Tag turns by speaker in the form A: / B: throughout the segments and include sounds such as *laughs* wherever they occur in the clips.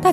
A: 大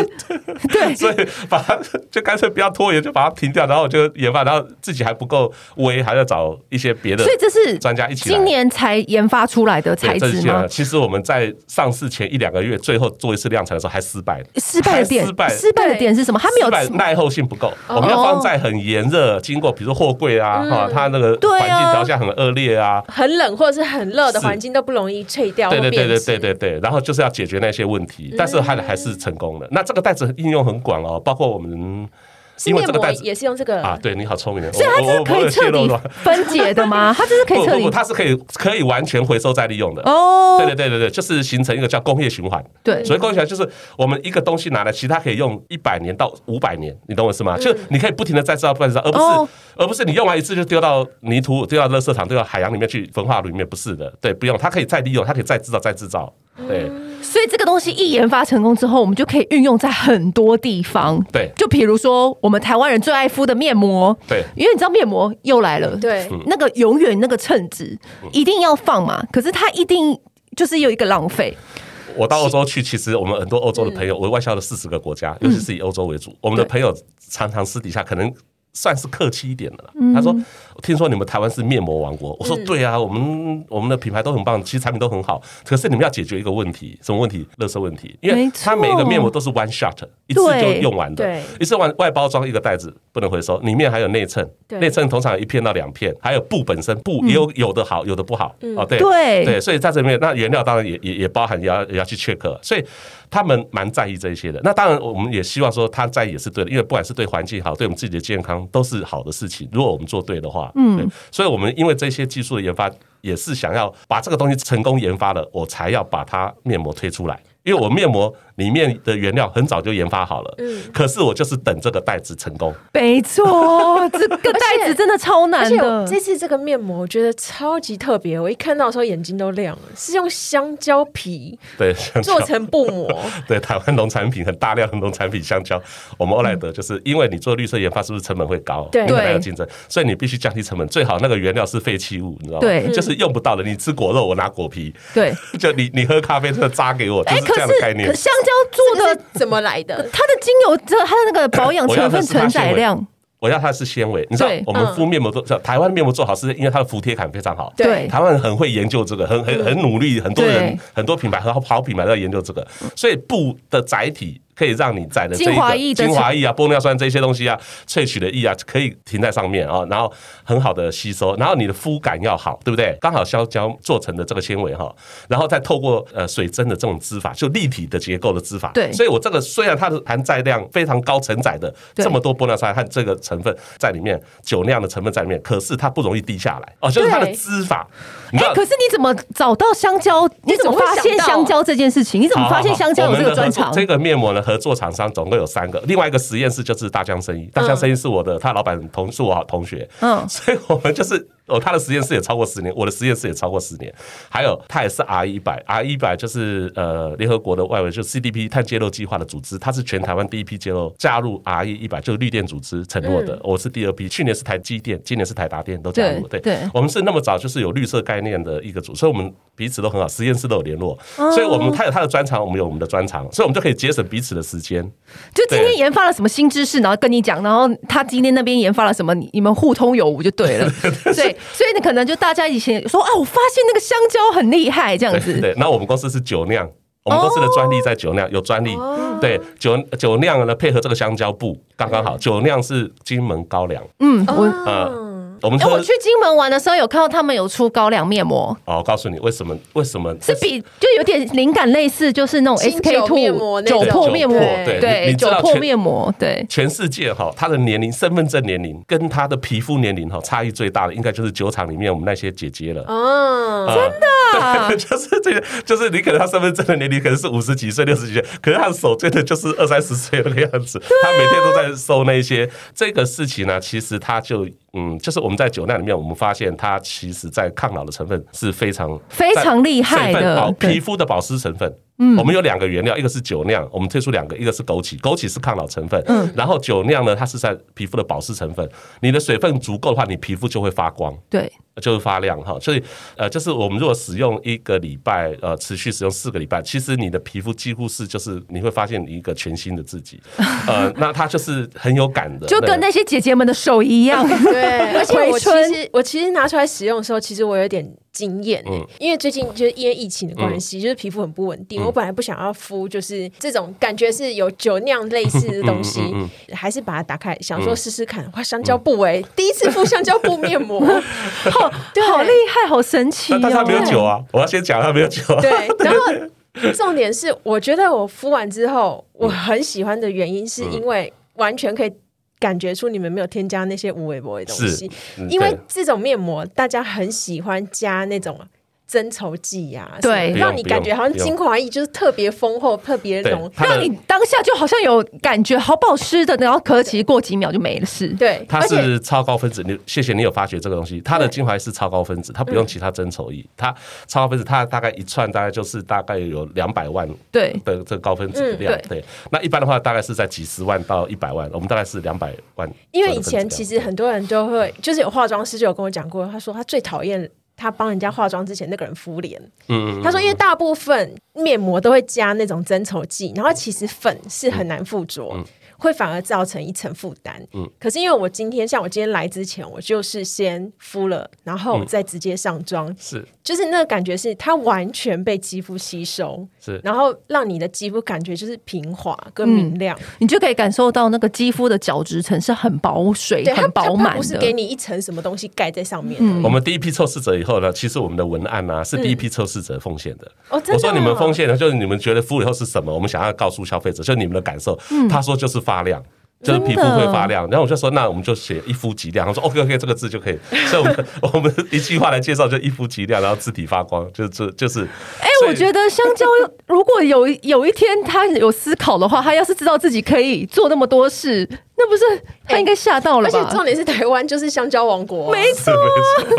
B: 对，
C: 所以把它就干脆不要拖延，就把它停掉，然后我就研发，然后自己还不够威，还要找一些别的。
B: 所以这是
C: 专家一起来
B: 今年才研发出来的材
C: 对，这是
B: 质
C: 这样
B: 吗
C: 的。？其实我们在上市前一两个月，最后做一次量产的时候还失败了。
B: 失败的点
C: 还失，败
B: 失败的点是什么？它没有
C: 失败耐候性不够，我们要放在很炎热，经过比如说货柜啊，哈，它那个
B: 对啊
C: 环境条件很恶劣啊，
D: 很冷或者是很热的
C: 是
D: 环境都不容易脆掉或
C: 对对对
D: 变
C: 对
D: 质。
C: 对对对，然后就是要解决那些问题，但是还还是成功的。那这个袋子应用很广哦，包括我们
D: 是
C: 因为
D: 面
C: 这个
D: 膜
C: 袋子
D: 也是用这个
C: 啊，对你好聪明，
B: 所以它这
C: 我我
B: 个
C: 我
B: 可
C: 我
B: 以
C: 有泄
B: 彻
C: 露
B: 底
C: *laughs* 了。
B: 分解的吗？它这是可以
C: 不
B: 彻
C: 不不，
B: 底
C: 它是可以可以完全回收再利用的。
B: 哦
C: 对对对对对，就是形成一个叫工业循环。
B: 对
C: 所以工业循环就是我们一个东西拿来，其实它可以用一百年到五百年，你懂我意思吗？就你可以不停的再制造、再制造，而不是、
B: 嗯哦
C: 而不是你用完一次就丢到泥土、丢到垃圾场、丢到海洋里面去焚化炉里面，不是的，对，不用，它可以再利用，它可以再制造、再制造。对，
B: 所以这个东西一研发成功之后，我们就可以运用在很多地方。
C: 对
B: 就比如说我们台湾人最爱敷的面膜，
C: 对嗯
B: 因为你知道面膜又来了，
D: 对，
B: 那个永远那个称值一定要放嘛，可是它一定就是有一个浪费。
C: 我到欧洲去，其实我们很多欧洲的朋友，我外销了四十个国家，尤其是以欧洲为主，我们的朋友常常私底下可能。算是客气一点的了。他说：“听说你们台湾是面膜王国。”我说：“对啊，我们我们的品牌都很棒，其实产品都很好。可是你们要解决一个问题，什么问题？垃圾问题。因为
B: 没错
C: 它每一个面膜都是 one shot，一次就
B: 对
C: 用完的
D: 对，
C: 一次完外包装一个袋子不能回收，里面还有内衬，
D: 对
C: 内衬通常有一片到两片，还有布本身，布也有有的好，有的不好。哦，对
B: 对
C: 对，所以在这里面，那原料当然也也也包含也要也要去 check，所以他们蛮在意这一些的。那当然，我们也希望说他在意也是对的，因为不管是对环境好，对我们自己的健康都是好的事情。如果我们做对的话，嗯，所以我们因为这些技术的研发，也是想要把这个东西成功研发了，我才要把它面膜推出来。因为我面膜里面的原料很早就研发好了，
D: 嗯
C: 可是我就是等这个袋子成功。
B: 没错， *laughs* 这个袋子真的超
D: 而
B: 难
D: 且我
B: 的。
D: 这次这个面膜，我觉得超级特别，我一看到的时候眼睛都亮了，是用香蕉皮
C: 对，像这
D: 做
C: 样
D: 成布
C: *laughs*
D: 膜，
C: 对台湾农产品很大量的农产品香蕉，我们欧莱德就是因为你做绿色研发，是不是成本会高？
D: 对
C: 你本来
B: 对
C: 有竞争，所以你必须降低成本。最好那个原料是废弃物，你知道吗？
B: 对
C: 就是用不到的。你吃果肉，我拿果皮；
B: 对，
C: 就你你喝咖啡，这个渣给我，就
B: 哎，
C: 是
B: 可
C: 这样的概念
B: 可。香蕉做
D: 这
B: 的
D: 个是怎么来
C: *laughs*
D: 的？
B: 它的精油，这它的那
C: *coughs*
B: 个保养
C: 我要
B: 成
C: 的
B: 分
C: 是它
B: 承载
C: 纤维
B: 量，
C: 我要它是纤维，你知道
B: 对
C: 我们
D: 嗯
C: 敷面膜都台湾的面膜做好，是因为它的服帖感非常好。
B: 对嗯
C: 台湾人很会研究这个，很很很努力，很多人
B: 对
C: 很多品牌和好品牌都在研究这个，所以布的载体。可以让你载的这
B: 精华
C: 一
B: 液
C: 个
B: 的
C: 精华液啊、玻尿酸这些东西啊、萃取的液啊，可以停在上面啊，然后很好的吸收，然后你的肤感要好，对不对？刚好香蕉做成的这个纤维哈，然后再透过呃水蒸的这种织法，就立体的结构的织法，
B: 对
C: 所以我这个虽然它的含载量非常高承载的
B: 对
C: 这么多玻尿酸和这个成分在里面，酒酿的成分在里面，可是它不容易滴下来哦，就是它的
D: 对
C: 织法，你知
B: 哎、
C: 道。
B: 可是你怎么找到香蕉？你怎么
D: 怎么会
B: 发现
D: 想到
B: 香蕉这件事情？你怎么
C: 好
B: 发现
C: 好
B: 香蕉有
C: 我们
B: 这个
C: 的
B: 专
C: 合作
B: 长？
C: 这个面膜呢，合作厂商总共有三个，另外一个实验室就是大江生意，大江生意是我的，他老板同是我好同学，
B: 嗯
C: 所以我们就是哦，他的实验室也超过十年，我的实验室也超过十年，还有他也是 R 一百，R 一百就是呃联合国的外围就是 CDP 碳揭露计划的组织，它是全台湾第一批揭露加入 R E 一一百就是绿电组织承诺的，我是第二批，去年是台积电，今年是台达电都加入了，
B: 嗯对
C: 对
B: 对
C: 我们是那么早就是有绿色概念的一个组，所以我们彼此都很好，实验室都有联络，
B: 哦
C: 所以我们他有他的专长，我们有我们的专长，所以我们就可以节省彼此的时间。
B: 就今天
C: 对
B: 研发了什么新知识，然后跟你讲，然后他今天那边研发了什么，你你们互通有无就对
C: *laughs*
B: 了。对，所以你可能就大家以前说啊，我发现那个香蕉很厉害，这样
C: 对
B: 子。
C: 对，那我们公司是酒酿，我们公司的专利在酒
B: 哦
C: 酿，有专利。对，酒酒酿呢配合这个香蕉布刚刚好，酒酿是金门高粱，
B: 嗯，我
D: 哦，
C: 我们
B: 哎、
C: 喝
B: 我去金门玩的时候有看到他们有出高粱面膜，
C: 哦，告诉你为什么为什么
B: 是比就有点灵感类似，就是那种
D: 清
B: SK
D: 酒面膜
B: two
D: 那种
B: 破面膜
C: 酒破，对你
B: 对
C: 你知
B: 酒
C: 道
B: 破
C: 全
B: 面膜，
C: *laughs*
B: 对。
C: 全世界哈，他的年龄、身份证年龄跟他的皮肤年龄哈差异最大的，应该就是酒厂里面我们那些姐姐了。
D: 嗯，
B: 哦
C: 真
B: 啊
C: 的、对， *laughs* 就是这个，就是你可能他身份证的年龄可能是五十几岁、六十几岁，可是他的手真的就是二三十岁那个样子。
B: 啊
C: 他每天都在收那些这个事情呢、其实他就嗯，就是我们在酒酿里面，我们发现它其实在抗老的成分是非常
B: 非常厉害
C: *laughs*
B: 的
C: 水分保
B: 对
C: 皮肤的保湿成分。嗯，我们有两个原料，一个是酒酿，我们推出两个，一个是枸杞，枸杞是抗老成分，嗯，然后酒酿呢，它是在皮肤的保湿成分。你的水分足够的话，你皮肤就会发光。
B: 对，
C: 就是发亮哈，所以呃，就是我们如果使用一个礼拜，呃，持续使用四个礼拜，其实你的皮肤几乎是就是你会发现你一个全新的自
D: *laughs*
C: 己，呃，那它就是很有感的，
B: 就跟那些姐姐们的手一样，
D: 对，而且我
B: 回
D: 其
B: 春
D: 实我其实拿出来使用的时候，其实我有点惊艳、欸因为最近就是因为疫情的关系、就是皮肤很不稳定、我本来不想要敷，就是这种感觉是有酒酿类似的东西，还是把它打开，想说试试看。哇，香蕉布哎、欸第一次敷香蕉布面膜，
B: 好，好厉害，好神奇哦
C: 但但它没有酒啊，我要先讲它没有酒、啊，
D: 对，然后重点是，我觉得我敷完之后，我很喜欢的原因是因为完全可以。感觉出你们没有添加那些无微博的东西
C: *laughs* 是，嗯
D: 因为
C: 对
D: 这种面膜大家很喜欢加那种增稠剂呀、
B: 对
D: 什么让你
C: 不用
D: 感觉好像
C: 不用
D: 精华液就是特别丰厚、特别
C: 对
D: 浓，
C: 它
B: 让
C: 的
B: 你当下就好像有感觉，好不好吃的，然后可是其实过几秒就没了事。
D: 对，
C: 它
D: 而且
C: 是超高分子，你谢谢你有发觉这个东西，它的精华是超高分子，它不
D: 嗯
C: 用其他增稠液，它超高分子，它大概一串大概就是大概有两百万
B: 对
C: 的这个高分子的量，
B: 嗯
C: 对，那一般的话大概是在几十万到一百万，我们大概是两百万，
D: 因为以前其实很多人都会，就是有化妆师就有跟我讲过，他说他最讨厌他帮人家化妆之前那个人敷脸。
C: 嗯，
D: 他说，因为大部分面膜都会加那种增稠剂，然后其实粉是很难附着。
C: 嗯
D: 会反而造成一层负担。嗯，可是因为我今天像我今天来之前，我就是先敷了，然后
C: 嗯
D: 我再直接上妆，
C: 是
D: 就是那个感觉是它完全被肌肤吸收，
C: 是
D: 然后让你的肌肤感觉就是平滑跟明亮。
B: 你就可以感受到那个肌肤的角质层是很饱水、
D: 对，它
B: 很饱
D: 它
B: 满
D: 不是
B: 的。嗯
D: 给你一层什么东西盖在上面的。
C: 我们第一批测试者以后呢，其实我们的文案啊是第一批测试者奉献的。
D: 嗯哦真的
C: 我说你们
D: 哦
C: 奉献的就是你们觉得敷了以后是什么，我们想要告诉消费者，就是你们的感受。
D: 嗯
C: 他说就是发亮。就是皮肤会发亮，然后我就说，那我们就写一敷即亮。他说 OK OK，这个字就可以。所以我们 *laughs* 我们一句话来介绍，就一敷即亮，然后字体发光，就这就是。哎
B: 哎、我觉得香蕉如果有有一天他有思考的话，他要是知道自己可以做那么多事，那不是他应该吓到了
D: 而且
B: 吧？
D: 重点是台湾就是香蕉王国、啊，没错。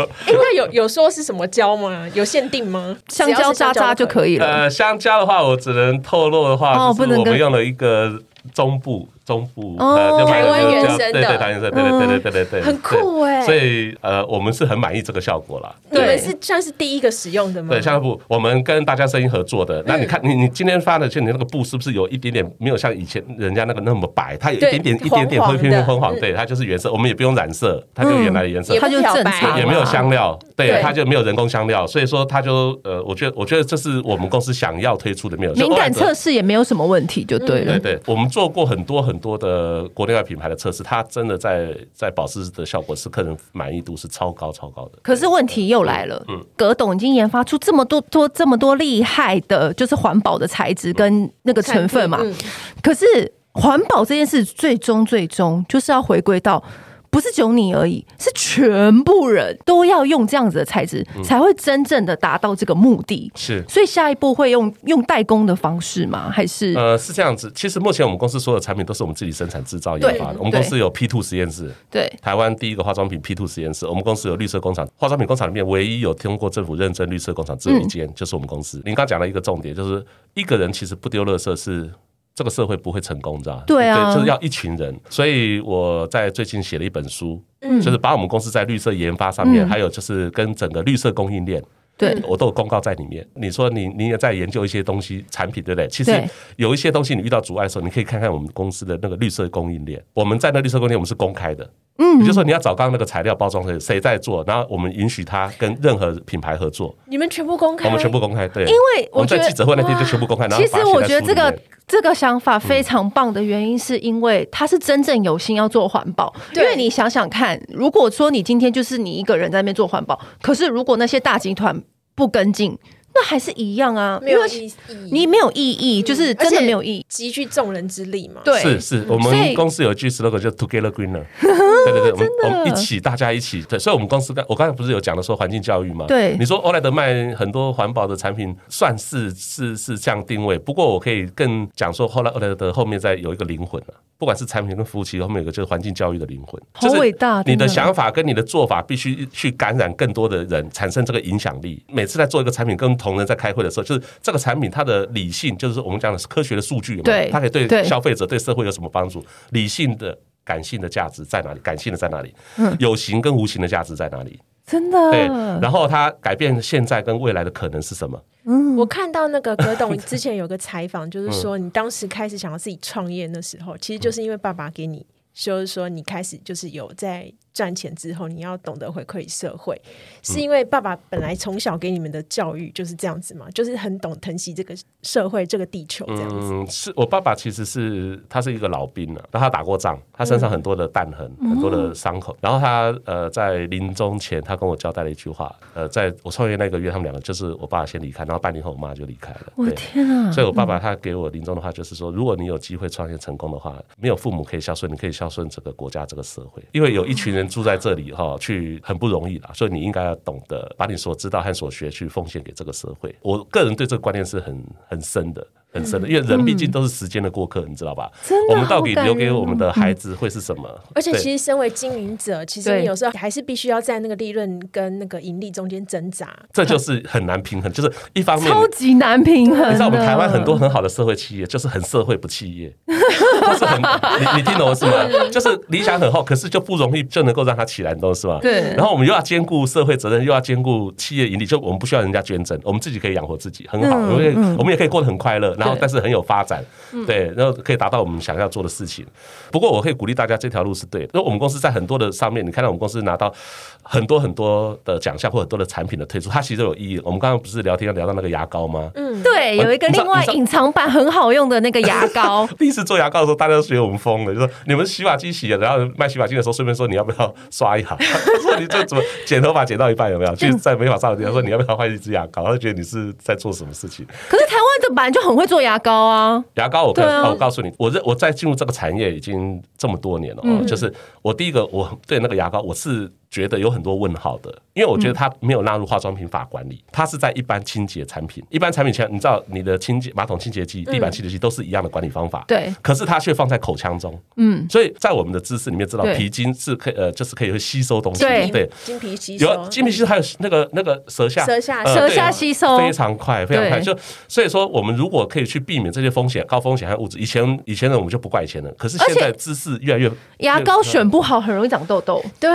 D: 哎，那有有说是什么蕉吗？有限定吗？
B: 香蕉渣渣就
D: 以。
B: 可以了。
C: 呃，香蕉的话，我只能透露的
B: 哦
C: 话，就
B: 不能
C: 是我们
B: 跟
C: 用了一个中部。中部
B: 哦
C: 呃，就买
D: 台
C: 了
D: 湾
C: 这个
D: 原
C: 叫
D: 生的
C: 对对，台湾原生，对对对对对对对，
D: 很酷
C: 对
D: 欸
C: 所以呃，我们是很满意这个效果啦。
D: 你
B: 对
D: 们是算是第一个使用的吗？
C: 对，香蕉布，我们跟大家声音合作
B: 嗯
C: 的。那你看，你你今天发的，就你那个布是不是有一点点没有像以前人家那个那么白？它有一
D: 对
C: 点点一
D: 黄
C: 点点
D: 黄
C: 会偏偏
D: 的
C: 昏黄，
D: 嗯
C: 对，它就是原色，我们也不用染色，它
B: 嗯
C: 就原来的颜色
D: 也。
B: 它就正
D: 不漂
B: 常，
D: 白
C: 也没有香。料，对
D: 对，
C: 它就没有人工香料，所以说它就呃，我觉得我觉得这是我们公司想要推出的没有
B: 敏感。
C: 就偶
B: 测
C: 尔
B: 试也没有什么问题，就对了。
C: 对对，我们做过很多很多的国内外品牌的测试，它真的在在保湿的效果是客人满意度是超高超高的。
B: 可是问题又来了，
C: 嗯
B: 葛董已经研发出这么多多这么多厉害的，就是环保的材质跟那个成分嘛。
D: 嗯
B: 可是环保这件事，最终最终就是要回归到。不是只有你而已，是全部人都要用这样子的材质，
C: 嗯
B: 才会真正的达到这个目的。
C: 是
B: 所以下一步会用用代工的方式吗？还是、
C: 呃，是这样子。其实目前我们公司所有产品都是我们自己生产制造研发的。
B: 对
C: 我们公司有 P two 实验室，
B: 对？
C: 台湾第一个化妆品 P two 实验室。我们公司有绿色工厂，化妆品工厂里面唯一有通过政府认证绿色工厂只有一间，就是我们公司。您刚讲了一个重点，就是一个人其实不丢垃圾是。这个社会不会成功，你知道吗
B: 对啊
C: 就是要一群人。所以我在最近写了一本书，
B: 嗯
C: 就是把我们公司在绿色研发上面，还有就是跟整个绿色供应链，
B: 对
C: 我都有公告在里面。你说你你也在研究一些东西产品，对不对？其实
B: 对
C: 有一些东西你遇到阻碍的时候，你可以看看我们公司的那个绿色供应链。我们在那绿色供应链我们是公开的，嗯，也就是说你要找刚刚那个材料包装谁谁在做，然后我们允许他跟任何品牌合作，
D: 你们全部公开，
C: 我们全部公开。对，因
B: 为我
C: 我们在
B: 觉得
C: 记者会那天就全部公开。然后
B: 其实
C: 把它写在
B: 我觉得
C: 书
B: 这
C: 里
B: 个
C: 面
B: 这个想法非常棒的原因，是因为他是真正有心要做环保。因
D: 对
B: 为你想想看，如果说你今天就是你一个人在那边做环保，可是如果那些大集团不跟进，那还是一样啊，
D: 没有
B: 因为
D: 意义，嗯
B: 你没有意义，就是真的没有意义。
D: 集聚众人之力嘛。
B: 对，
C: 是是，我
B: 所以
C: 们公司有一句 slogan 就
B: *laughs*
C: Together Greener，对对对，我们我们一起，大家一起。对，所以我们公司刚我刚才不是有讲的说环境教育嘛？
B: 对
C: 你说欧莱德卖很多环保的产品，算是是是这样定位。不过我可以更讲说，后来欧莱德后面再有一个灵魂啊，不管是产品跟服务，其实后面有个就是环境教育的灵魂，
B: 好伟大
C: 就是你
B: 真的
C: 的想法跟你的做法必须去感染更多的人，产生这个影响力。每次在做一个产品，跟同仁在开会的时候，就是这个产品它的理性，就是我们讲的科学的数据有没有
B: 对
C: 它可以对
B: 对
C: 消消费者对社会有什么帮助？理性的、感性的价值在哪里？感性的在哪里？
B: 嗯
C: 有形跟无形的价值在哪里？
B: 真
C: 对，
B: 的，啊
C: 然后它改变现在跟未来的可能是什么？
D: 我看到那个葛董之前有个采访，就是说你当时开始想要自己创业的时候，其实就是因为爸爸给你，就是说你开始就是有在赚钱之后，你要懂得回馈社会，是因为爸爸本来从小给你们的教育就是这样子嘛，就是很懂疼惜这个社会、这个地球这样子。
C: 嗯，是我爸爸其实是他是一个老兵了、然后他打过仗，他身
D: 嗯
C: 上很多的弹痕，很多
D: 哦
C: 的伤口。然后他呃在临终前，他跟我交代了一句话，呃，在我创业那个月，他们两个就是我爸先离开，然后半年后我妈就离开了。
B: 我
C: 对。
B: 天啊！
C: 所以，我爸爸他给我临终的话就是说，如果你有机会创业成功的话，没有父母可以孝顺，你可以孝顺这个国家、这个社会，因为有一群人住在这里哈，去很不容易啦，所以你应该要懂得把你所知道和所学去奉献给这个社会。我个人对这个观念是很很深的。很深的，因为人毕竟都是时间的过客，你知道吧？
B: 嗯真的
C: 我们到底
B: 好感
C: 留给
B: 人哦
C: 我们的孩子会是什么？
D: 而且
C: 对
D: 其实身为经营者，其实
B: 对
D: 你有时候还是必须要在那个利润跟那个盈利中间挣扎。
C: 这就是很难平衡，就是一方面你
B: 超级难平衡的。
C: 你知道我们台湾很多很好的社会企业，就是很社会不企业， *laughs* 不是很，你你听懂是吗？就是理想很厚，可是就不容易就能够让它起来，你懂是吧？
B: 对
C: 然后我们又要兼顾社会责任，又要兼顾企业盈利，就我们不需要人家捐赠，我们自己可以养活自己，很好。
B: 嗯
C: 我们也我们也可以过得很快乐，然后但是很有发展，对，然后可以达到我们想要做的事情。不过我可以鼓励大家，这条路是对的。因为我们公司在很多的上面，你看到我们公司拿到很多很多的奖项或很多的产品的推出，它其实都有意义。我们刚刚不是聊天聊到那个牙膏吗？
D: 嗯
B: 对，有一个
C: 你知道
B: 另外
C: 你知道
B: 隐藏版很好用的那个牙
C: *laughs*，
B: 膏
C: 第一次做牙膏的时候，大家都学我们疯了，就说你们洗发精洗了，然后卖洗发精的时候顺便说你要不要刷牙？ *laughs* 他说你这怎么剪头发剪到一半有没有？
B: 嗯
C: 就是在美发上的地方说你要不要换一支牙膏？他就觉得你是在做什么事情。
B: 可是台湾的版就很会做牙膏啊。
C: 牙膏我告、
B: 对啊
C: 我告诉你，我认我在进入这个产业已经这么多年了、哦，
B: 嗯
C: 就是我第一个我对那个牙膏我是觉得有很多问号的，因为我觉得
B: 嗯
C: 它没有纳入化妆品法管理，它是在一般清洁产品，一般产品前你知道你的清洁马桶清洁剂、地板清洁剂都是一样的管理方法，
B: 嗯对
C: 可是它却放在口腔中，嗯，所以在我们的知识里面知道
B: 对
C: 皮筋是可以呃就是可以会吸收东西，
B: 对
C: 对。
D: 金皮吸收
C: 有，金啊皮吸收还有那个那个舌下
D: 舌下
C: 呃
B: 舌
C: 对
B: 下吸收
C: 非常快，非常快。
B: 对
C: 就所以说，我们如果可以去避免这些风险、高风险和物质，以前以前的我们就不怪以前人，可是现在知识越来越
B: 牙膏选不好，很容易长痘痘。
D: 对。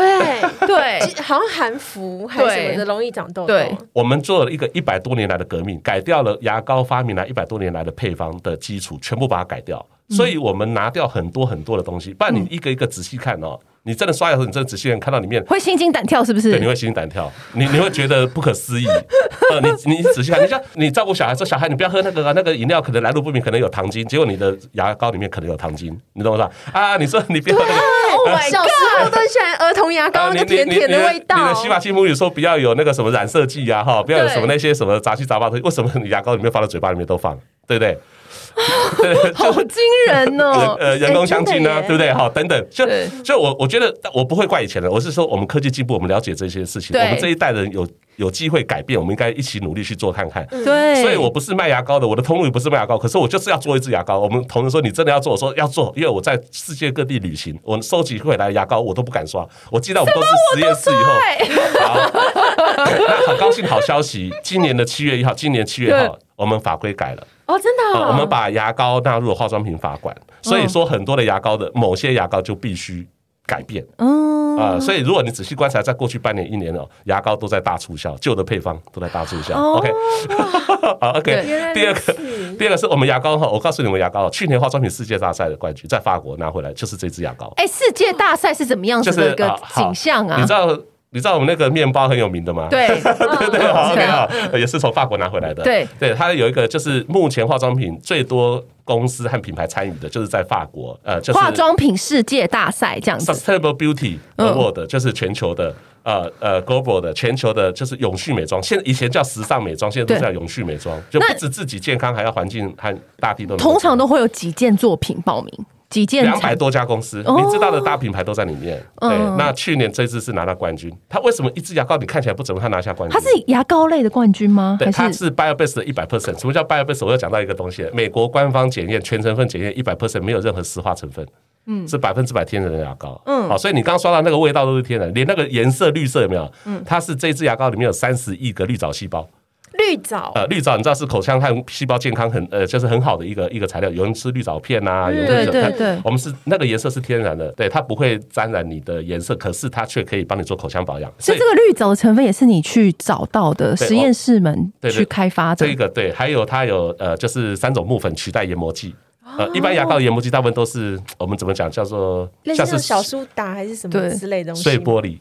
B: 对
D: 其好像含服还是什么
B: 对
D: 的，容易长痘痘。
B: 对
C: 我们做了一个一百多年来的革命，改掉了牙膏发明来一百多年来的配方的基础，全部把它改掉。
B: 嗯
C: 所以我们拿掉很多很多的东西，不然你一个一个仔细看哦，你真的刷牙的时候，你真的仔细看看到里面
B: 会心惊胆跳是不是
C: 对，？你会心惊胆跳，你你会觉得不可思议。 *laughs* 呃，你你仔细看，你像你照顾小孩说，小孩你不要喝那个啊，那个饮料，可能来路不明，可能有糖精，结果你的牙膏里面可能有糖精，你懂我吧？啊，你说你不要那个。
B: ，Oh *laughs*
D: 小
B: my
D: 时
B: god！
D: 候都喜欢儿童牙膏
C: 啊
D: 那
C: 你
D: 个啊甜
C: 你你
D: 甜
C: 你
D: 味道。
C: 你的洗发精母语说不要有那个什么染色剂啊，哈，不要有什么那些什么杂七杂八的东西，为什么你牙膏里面放到嘴巴里面都放，对不对？对，
B: 好
C: 就
B: 惊人
C: 人
B: 哦！
C: 呃人工香精
D: 哎真的
C: 啊，
D: 耶
C: 对不对？好，等等，就
B: 对
C: 就我我觉得我不会怪以前的，我是说我们科技进步，我们了解这些事情，
B: 对
C: 我们这一代人有有机会改变，我们应该一起努力去做看看。
B: 对，
C: 所以我不是卖牙膏的，我的通路也不是卖牙膏，可是我就是要做一支牙膏。我们同事说你真的要做，我说要做，因为我在世界各地旅行，我收集回来的牙膏我都不敢刷，我寄到我们公司实验室以后，好， *laughs* 那很高兴好消息，今年的七月一号，今年七月一号
B: 对，
C: 我们法规改了。
D: 哦，真的
C: 呃
D: 哦，
C: 我
B: 嗯
C: 们把牙膏纳入了化妆品法管，所以说很多的牙膏的某些牙膏就必须改变
B: 嗯
C: 啊、呃所以如果你仔细观察，在过去半年一年哦，牙膏都在大促销，旧的配方都在大促销。
B: 哦
C: OK，好 *laughs* OK
D: 原来。
C: 第二
D: 如此
C: 个，第二个是我们牙膏哈，我告诉你们牙膏，哦去年化妆品世界大赛的冠军在法国拿回来就是这支牙膏，
B: 哎，世界大赛是怎哎么样
C: 就
B: 子
C: 是
B: 的一个景象
C: 你
B: 啊
C: 知？道你知道我们那个面包很有名的吗？
B: 对，
C: *laughs* 对对，好
B: 嗯对啊
C: OK 好，呃也是从法国拿回来的。
B: 对
C: 对，它有一个就是目前化妆品最多公司和品牌参与的，就是在法国，呃，就是
B: 化妆品世界大赛这样子。
C: Sustainable Beauty
B: 嗯
C: Award，、就是全球的。呃呃，global 的全球的，就是永续美妆，现以前叫时尚美妆，现在都
B: 对
C: 叫永续美妆，就不止自己健康，还要环境和大地都能够
B: 通常都会有几件作品报名，几件
C: 两百
B: 产
C: 多家公司，
B: 哦
C: 你知道的大品牌都在里面。对
B: 嗯，
C: 那去年这次是拿到冠军，他为什么一支牙膏你看起来不怎么，他拿下冠军？
B: 它是牙膏类的冠军吗？
C: 对，
B: 还
C: 它
B: 是
C: 是 BioBase 的一百 percent。什么叫 BioBase？我要讲到一个东西，美国官方检验全成分检验一百 percent，没有任何石化成分。嗯，是百分之百天然的牙膏。嗯，好，所以你刚刚刷到那个味道都是天然，连那个颜色绿色有没有？嗯，它是这支牙膏里面有三十亿个绿藻细胞。
D: 绿藻
C: 呃，绿藻你知道是口腔和细胞健康很呃，就是很好的一个一个材料。有人吃绿藻片啊，有人吃绿藻
B: 对
C: 片
B: 对对
C: 我们是那个颜色是天然的，对，它不会沾染你的颜色，可是它却可以帮你做口腔保养。
B: 所
C: 所
B: 以
C: 以
B: 这个绿藻的成分也是你去找到的，
C: 对
B: 实验室们
C: 对对
B: 去开发的
C: 这。个对，还有它有呃，就是三种木粉取代研磨剂。
D: 哦
C: 呃，一般牙膏的研磨剂大部分都是我们怎么讲，叫做
D: 类似
C: 像
D: 那种
C: 是
D: 小苏打还是什么
B: 对
D: 之类的东西
C: 碎。玻璃。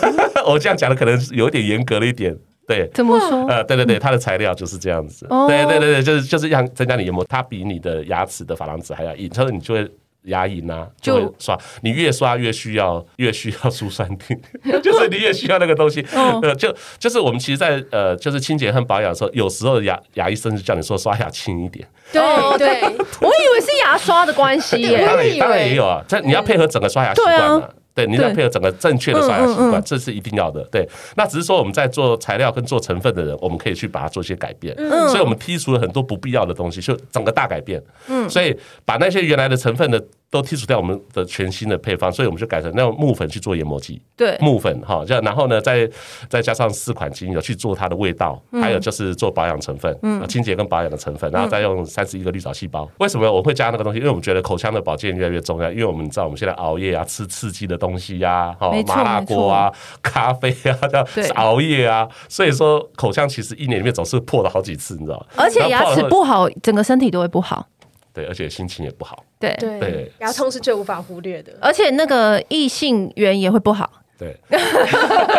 C: *laughs* 我这样讲的可能有点严格了一点，对。
B: 怎么说？
C: 呃，对对对，它的材料就是这样子。
B: 哦
C: 对对对对，就是就是让增加你研磨，它比你的牙齿的珐琅质还要硬，所以你就会牙龈啊，就
B: 就
C: 会刷，你越刷越需要，越需要舒酸定， *laughs* 就是你越需要那个东西。
B: 哦
C: 呃，就就是我们其实在，呃，就是清洁和保养的时候，有时候牙牙医生就叫你说刷牙轻一点，
B: 哦
D: 对对，
B: *laughs* 我以为是牙刷的关系耶。
C: 当
D: 我
C: 然
D: 也
C: 也
D: 以为
C: 当然也有啊，这你要配合整个刷牙习惯
B: 嗯对
C: 嘛
B: 啊。
C: 对，你要
B: 对
C: 配合整个正确的刷牙习
B: 嗯嗯
C: 惯
B: 嗯，
C: 这是一定要的。对，那只是说我们在做材料跟做成分的人，我们可以去把它做一些改变，
B: 嗯
C: 所以我们剔除了很多不必要的东西，就整个大改变。嗯，所以把那些原来的成分的都剔除掉我们的全新的配方，所以我们就改成那种木粉去做研磨剂，
B: 对，
C: 木粉哈，这样然后呢，再再加上四款精油去做它的味道，
B: 嗯
C: 还有就是做保养成分，嗯，清洁跟保养的成分，然后再用三十一个绿藻细胞。为什么我会加那个东西？因为我们觉得口腔的保健越来越重要，因为我们知道我们现在熬夜啊，吃刺激的东西呀、哈
B: 没，错
C: 麻辣锅啊，咖啡啊，这样
B: 对
C: 熬夜啊，所以说口腔其实一年里面总是破了好几次，你知道吗？
B: 而且
C: 然后
B: 牙
C: 破了
B: 齿不好，整个身体都会不好。
C: 对，而且心情也不好，
B: 对，
C: 对
D: 对，牙痛是最无法忽略的。
B: 而且那个异性缘也会不好。
C: 对。 *laughs*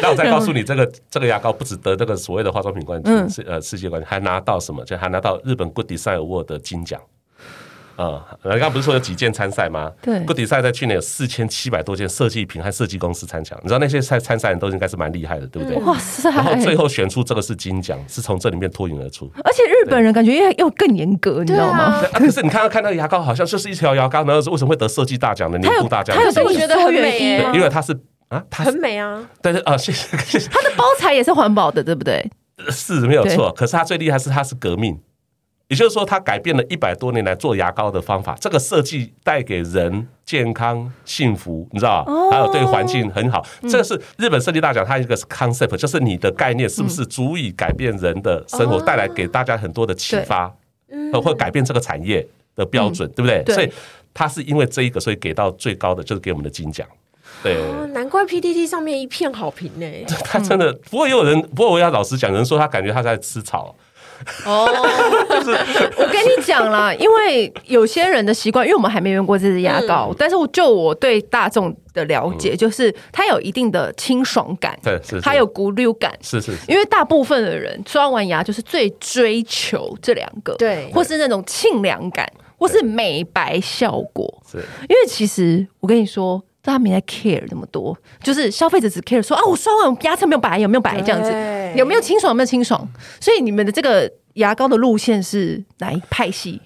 C: 那我再告诉你，这个这个牙膏不止得这个所谓的化妆品冠
B: 嗯
C: 军，是、呃世界冠军，还拿到什么？就还拿到日本 Good Design Award 的金奖。啊、呃，刚刚不是说有几件参赛吗？
B: 对
C: ，Good Design 在去年有四千七百多件设计品和设计公司参奖，你知道那些参参赛人都应该是蛮厉害的，对不对？
B: 嗯哇塞！
C: 然后最后选出这个是金奖，是从这里面脱颖而出。
B: 而且日本人感觉又又更严格，你知道吗？
C: 对啊，可是你看到看那个牙膏，好像就是一条牙膏，然后是为什么会得设计大奖的年
B: 他有
C: 度大奖？
B: 他有啊
D: 可是我觉得很美耶、
C: 对，因为它是啊，它
D: 很
C: 是
D: 美啊，
C: 但是啊，谢谢谢谢，
B: 它的包材也是环保的，对不对？
C: 呃是没有错。可是它最厉害是它是革命，也就是说它改变了一百多年来做牙膏的方法，这个设计带给人健康、幸福，你知道吧？还有对环境很好。这个是日本设计大奖，它一个是 concept，就是你的概念是不是足以改变人的生活，带来给大家很多的启发，呃，会改变这个产业的标准，对不对？
B: 对
C: 所以它是因为这一个，所以给到最高的就是给我们的金奖。对，
D: 哦，难怪 PDD 上面一片好评呢、
C: *laughs* 他真的，不过也有人，不过我要老实讲，有人说他感觉他在吃草， *laughs*
B: 哦，我跟你讲啦，因为有些人的习惯，因为我们还没用过这支牙膏，但是我就我对大众的了解，就是它有一定的清爽感，
C: 嗯对是是
B: 它有骨溜感。
C: 是是是
B: 因为大部分的人刷完牙就是最追求这两个，
D: 对
B: 或是那种清凉感，或是美白效果。
C: 是，
B: 因为其实我跟你说，大家没在 care 那么多，就是消费者只 care 说啊，我刷完我牙齿没有白，有没有白这样子
D: 对，
B: 有没有清爽，有没有清爽。所以你们的这个牙膏的路线是哪一派
D: *laughs*
B: 系？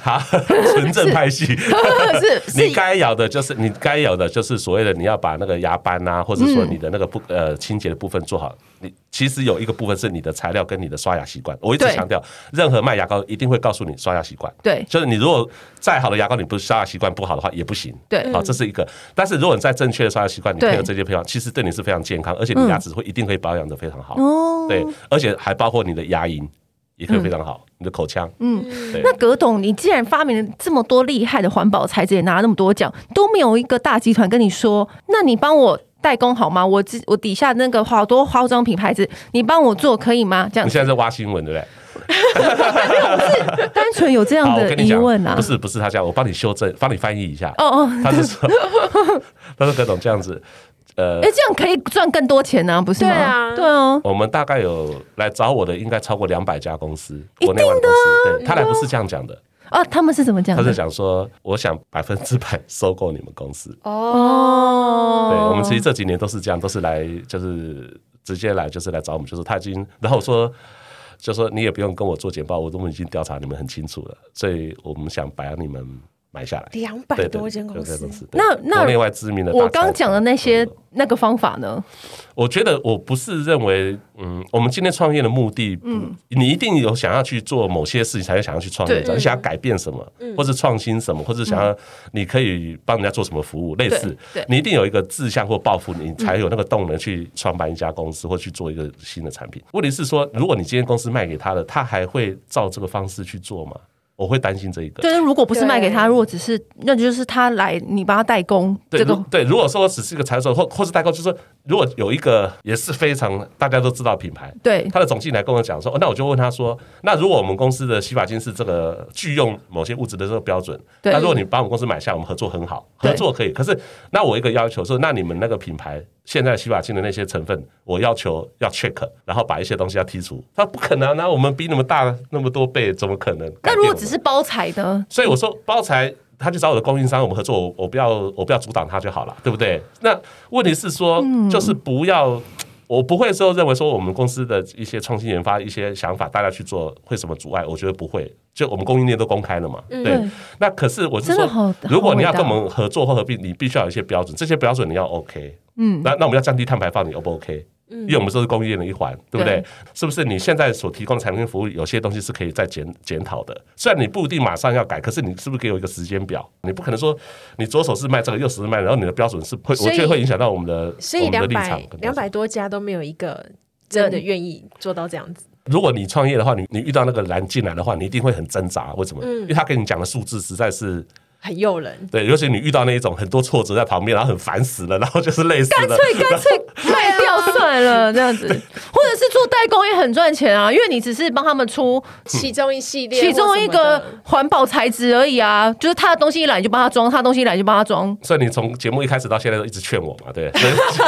C: 好，纯正派系。
B: *laughs* 是
C: 你
B: 是
C: 该咬的就是你该咬的，就是所谓的你要把那个牙斑啊，或者说
B: 嗯
C: 你的那个不呃清洁的部分做好。你其实有一个部分是你的材料跟你的刷牙习惯。我一直
B: 对
C: 强调，任何卖牙膏一定会告诉你刷牙习惯。
B: 对
C: 就是你如果再好的牙膏，你不刷牙习惯不好的话也不行。
B: 对
C: 嗯啊好，这是一个。但是如果你在正确的刷牙习惯，你
B: 对
C: 配合这些配方，
B: 嗯
C: 其实对你是非常健康，而且你牙齿会一定会保养的非常好。
B: 哦
C: 对，而且还包括你的牙龈也
B: 嗯
C: 可以非常好，你的口腔。嗯，对。
B: 那葛董，你既然发明了这么多厉害的环保材质，也拿了那么多奖，都没有一个大集团跟你说，那你帮我代工好吗？我自我底下那个好多化妆品牌子，你帮我做可以吗？这样
C: 你
B: 子，
C: 现在在挖新闻对不对？
B: 单纯有这样
C: 好，我
B: 的
C: 跟你
B: 疑
C: 讲
B: 问，啊
C: 不？是不是他这样，我帮你修正，帮你翻译一下。
B: 哦哦，
C: *laughs* 他是说，他说葛总这样子，呃
B: 哎、，这样可以赚更多钱呢、不是吗？
D: 对啊
B: 对啊，
C: 我们大概有来找我的，应该超过两百家公司，国内外的公司。
B: 嗯
C: 对，他来不是这样讲的，
B: 啊，他们是怎么讲
C: 他
B: 的？
C: 是讲说，我想百分之百收购你们公司。
B: 哦，
C: 对，我们其实这几年都是这样，都是来就是直接来就是来找我们，就是他已经，然后我说。就说你也不用跟我做简报，我都已经调查你们很清楚了，所以我们想把你们买下来。
D: 两百
C: 对对
D: 多间
C: 对
D: 公
C: 对
D: 司
C: 公，司对
B: 那那
C: 国内外知名的大
B: 我
C: 财团，
B: 刚讲的那些
C: 嗯，
B: 那个方法呢？
C: 我觉得我不是认为，嗯，我们今天创业的目的，嗯，你一定有想要去做某些事情，才会想要去创业，
B: 对嗯
C: 你想要改变什么，或是创新什么，或是想要你可以帮人家做什么服务，类似
B: 对对，嗯
C: 你一定有一个志向或抱负，你才有那个动能去创办一家公司或去做一个新的产品。问题是说，如果你今天公司卖给他了，他还会照这个方式去做吗？我会担心这一个。
B: 就是如果不是卖给他，
D: 对
B: 如果只是那就是他来，你帮他代工，
C: 对，
B: 这个
C: 如对，如果说只是一个采购或或是代购，就是说如果有一个也是非常大家都知道的品牌，
B: 对
C: 他的总经理来跟我讲说，哦那我就问他说，那如果我们公司的洗发精是这个拒用某些物质的这个标准，
B: 对
C: 那如果你把我们公司买下，我们合作很好，
B: 对
C: 合作可以。可是那我一个要求是，那你们那个品牌现在洗发精的那些成分，我要求要 check，然后把一些东西要剔除。他说不可能、啊，那我们比你们大那么多倍，怎么可能？
B: 那如果只
C: 是
B: 是包材呢？
C: 所以我说包材，他去找我的供应商，我们合作，我我不要我不要阻挡他就好了，对不对？那问题是说，
B: 嗯
C: 就是不要。我不会说认为说我们公司的一些创新研发一些想法，大家去做会什么阻碍？我觉得不会，就我们供应链都公开了嘛。对，那可是我是
B: 嗯真的好
C: 说
B: 好，
C: 如果你要
B: 伟大
C: 跟我们合作或合并，你必须要有一些标准，这些标准你要 OK。嗯，那那我们要降低碳排放，你 O 不 OK？因为我们都是供应链的一环，对不对？
B: 对
C: 是不是你现在所提供的产品服务，有些东西是可以再检检讨的？虽然你不一定马上要改，可是你是不是给我一个时间表？你不可能说你左手是卖这个，右手是卖，然后你的标准是会，
D: 所
C: 我
D: 以
C: 觉得会影响到我们的
D: 所
C: 我
D: 以
C: 们的
D: 两
C: 立场
D: 百
C: 跟标
D: 两
C: 准。
D: 百多家都没有一个真
C: 嗯
D: 的愿意做到这样子。
C: 如果你创业的话，你你遇到那个难进来的话，你一定会很挣扎。为什么？
D: 嗯
C: 因为他跟你讲的数字实在是
D: 很诱人，
C: 对，尤其你遇到那一种很多挫折在旁边，然后很烦死了，然后就是累死了。
B: 所以哎干脆卖掉算了，这样子，或者是做代工也很赚钱啊，因为你只是帮他们出
D: 其中一系列，
B: 其中一个环保材质而已啊，就是他的东西一来你就帮他装，他的东西一来你就帮他
C: *laughs*
B: 装，
C: 所以你从节目一开始到现在都一直劝我嘛，
D: *laughs*
C: 对。所以所